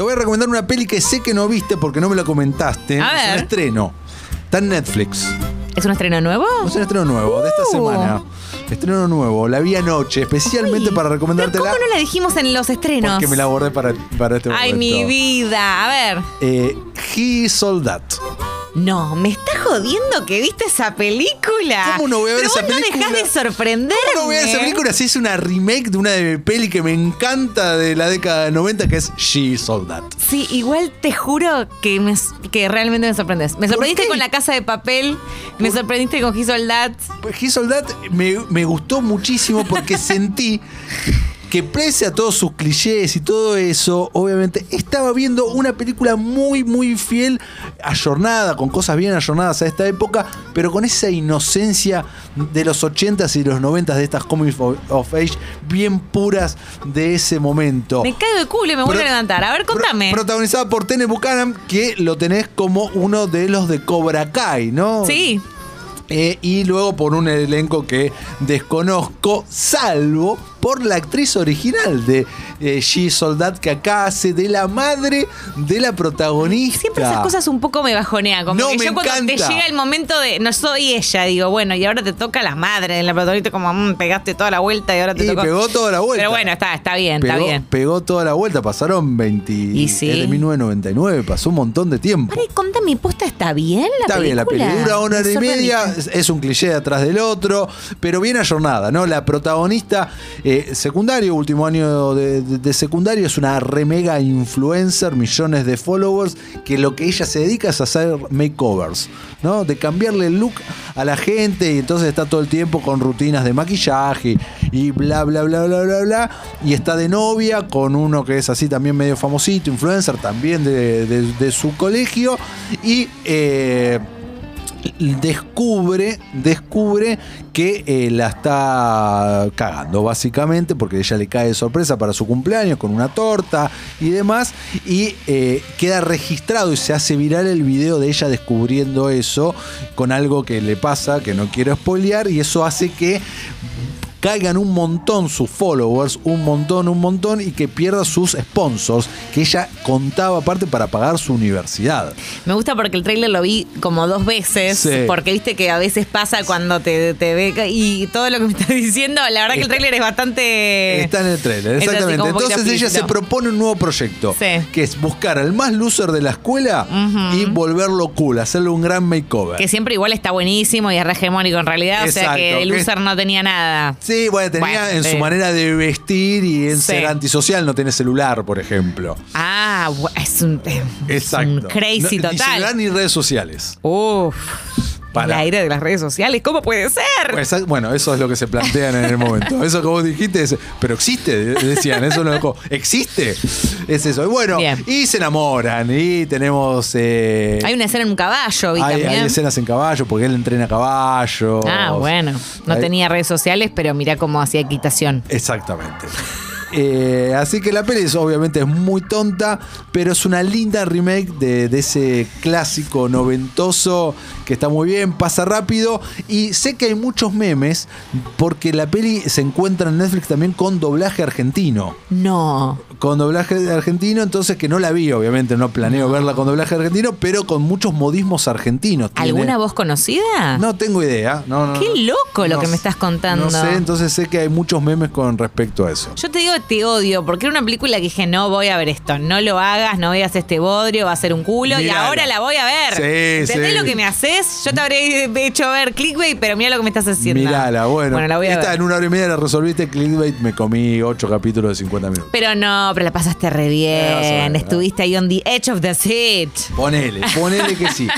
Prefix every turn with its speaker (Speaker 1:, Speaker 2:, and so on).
Speaker 1: voy a recomendar una peli que sé que no viste porque no me la comentaste.
Speaker 2: A
Speaker 1: Es
Speaker 2: ver.
Speaker 1: un estreno. Está en Netflix.
Speaker 2: ¿Es un estreno nuevo?
Speaker 1: Es un estreno nuevo, de esta
Speaker 2: Uh.
Speaker 1: semana. Estreno nuevo, la vi anoche, especialmente
Speaker 2: Uy,
Speaker 1: para recomendártela.
Speaker 2: ¿Cómo no la dijimos en los estrenos?
Speaker 1: Porque me la guardé para, para este momento.
Speaker 2: Ay, mi vida. A ver.
Speaker 1: Eh, He Soldat.
Speaker 2: No, me está jodiendo que viste esa película.
Speaker 1: ¿Cómo no voy a ver
Speaker 2: Pero
Speaker 1: esa
Speaker 2: vos
Speaker 1: película?
Speaker 2: No dejás de sorprender.
Speaker 1: No voy a esa película si es una remake de una de- peli que me encanta de la década de 90 que es She Soldat.
Speaker 2: Sí, igual te juro que, me, que realmente me sorprendes. Me sorprendiste
Speaker 1: qué?
Speaker 2: con La Casa de Papel, me sorprendiste con His Soldat.
Speaker 1: He Soldat Pues, me, me gustó muchísimo porque sentí que pese a todos sus clichés y todo eso, obviamente estaba viendo una película muy, muy fiel, ayornada, con cosas bien ayornadas a esta época, pero con esa inocencia de los 80s y los 90s de estas comics of, of age bien puras de ese momento.
Speaker 2: Me caigo de culo y me vuelvo a
Speaker 1: Pro-
Speaker 2: levantar. A ver,
Speaker 1: Pro-
Speaker 2: contame.
Speaker 1: protagonizada por Tene Buchanan, que lo tenés como uno de los de Cobra Kai, ¿no?
Speaker 2: sí.
Speaker 1: Eh, y luego por un elenco que desconozco, salvo por la actriz original de eh, She Soldat, que acá hace de la madre de la protagonista.
Speaker 2: Siempre esas cosas un poco me bajonean. Como
Speaker 1: No,
Speaker 2: que
Speaker 1: me
Speaker 2: yo cuando
Speaker 1: encanta.
Speaker 2: te llega el momento de no soy ella, digo, bueno, y ahora te toca la madre de la protagonista, como mm, pegaste toda la vuelta y ahora te
Speaker 1: Y
Speaker 2: tocó.
Speaker 1: pegó toda la vuelta.
Speaker 2: Pero bueno, está, está bien,
Speaker 1: Pegó,
Speaker 2: está bien.
Speaker 1: pegó toda la vuelta, pasaron 20.
Speaker 2: Y sí.
Speaker 1: Es de 1999, pasó un montón de tiempo.
Speaker 2: Pare, contame, ¿posta está bien la
Speaker 1: Está
Speaker 2: película?
Speaker 1: bien la peli, dura una hora
Speaker 2: Me
Speaker 1: y media,
Speaker 2: sorprendiste.
Speaker 1: es- es un cliché detrás del otro, pero bien ayornada, ¿no? La protagonista eh, secundario, último año de, de- de secundario, es una remega influencer, millones de followers, que lo que ella se dedica es a hacer makeovers, ¿no? De cambiarle el look a la gente y entonces está todo el tiempo con rutinas de maquillaje y bla, bla, bla, bla, bla, bla, y está de novia con uno que es así también medio famosito, influencer también de, de- de su colegio y... eh, descubre, descubre que eh, la está cagando, básicamente, porque ella le cae de sorpresa para su cumpleaños con una torta y demás, y eh, queda registrado y se hace viral el video de ella descubriendo eso con algo que le pasa, que no quiero spoilear, y eso hace que caigan un montón sus followers, un montón, un montón, y que pierda sus sponsors, que ella contaba aparte para pagar su universidad.
Speaker 2: Me gusta porque el tráiler lo vi como dos veces,
Speaker 1: Sí.
Speaker 2: porque viste que a veces pasa cuando te, te ve ca- y todo lo que me estás diciendo, la verdad que el
Speaker 1: Está-
Speaker 2: tráiler es bastante...
Speaker 1: Está en el trailer,
Speaker 2: Eh, es así
Speaker 1: exactamente.
Speaker 2: como un poquito
Speaker 1: Entonces ella se
Speaker 2: explícito.
Speaker 1: propone un nuevo proyecto,
Speaker 2: Sí.
Speaker 1: que es buscar al más loser de la escuela
Speaker 2: Ujú.
Speaker 1: y volverlo cool, hacerle un gran makeover.
Speaker 2: Que siempre igual está buenísimo y es re hegemónico en realidad, o sea
Speaker 1: Exacto,
Speaker 2: que el
Speaker 1: que-
Speaker 2: loser no tenía nada.
Speaker 1: Sí, bueno, tenía
Speaker 2: Bueno,
Speaker 1: en su
Speaker 2: eh.
Speaker 1: manera de vestir y en
Speaker 2: Sí.
Speaker 1: ser antisocial, no tiene celular, por ejemplo.
Speaker 2: Ah, bu- es un, es un
Speaker 1: Exacto.
Speaker 2: crazy
Speaker 1: No, Ni celular
Speaker 2: total.
Speaker 1: ni redes sociales.
Speaker 2: Uf,
Speaker 1: Para.
Speaker 2: el aire de las redes sociales, ¿cómo puede ser?
Speaker 1: Pues, ah, Bueno, eso es lo que se plantean en el momento. Eso que vos dijiste es, pero existe, de- decían, eso es lo loco. ¿Existe? Es eso. Y bueno,
Speaker 2: Bien.
Speaker 1: y se enamoran, y tenemos. eh,
Speaker 2: Hay una escena en un caballo, vi
Speaker 1: Hay, hay
Speaker 2: también.
Speaker 1: escenas en caballo, porque él entrena caballo.
Speaker 2: Ah, bueno. No tenía redes sociales, pero mirá cómo hacía equitación.
Speaker 1: Exactamente. Eh, así que la peli es, obviamente es muy tonta, pero es una linda remake de, de ese clásico noventoso que está muy bien, pasa rápido. Y sé que hay muchos memes, porque la peli se encuentra en Netflix también con doblaje argentino
Speaker 2: No.
Speaker 1: con doblaje argentino, entonces que no la vi, obviamente, no planeo verla con doblaje argentino, pero con muchos modismos argentinos. Tiene-
Speaker 2: ¿Alguna voz conocida?
Speaker 1: No tengo idea. No, no,
Speaker 2: Ah. Qué
Speaker 1: no.
Speaker 2: loco lo
Speaker 1: No
Speaker 2: que me
Speaker 1: sé-
Speaker 2: estás contando.
Speaker 1: No sé, entonces sé que hay muchos memes con respecto a eso.
Speaker 2: Yo te digo que te odio, porque era una película que dije, no voy a ver esto, no lo hagas, no veas este bodrio, va a ser un culo, y
Speaker 1: Mirala.
Speaker 2: ahora la voy a ver.
Speaker 1: Sí,
Speaker 2: ¿Entendés
Speaker 1: sí.
Speaker 2: lo que me haces? Yo te habré hecho ver clickbait, pero mira lo que me estás haciendo.
Speaker 1: Mirala, bueno.
Speaker 2: Bueno, la voy a
Speaker 1: esta
Speaker 2: ver.
Speaker 1: en una hora y media la resolviste, clickbait, me comí ocho capítulos de 50 minutos.
Speaker 2: Pero no, pero la pasaste re
Speaker 1: Eh, vas a ver,
Speaker 2: bien.
Speaker 1: ¿no?
Speaker 2: Estuviste ahí on the edge of the seat.
Speaker 1: Ponele, ponele que sí.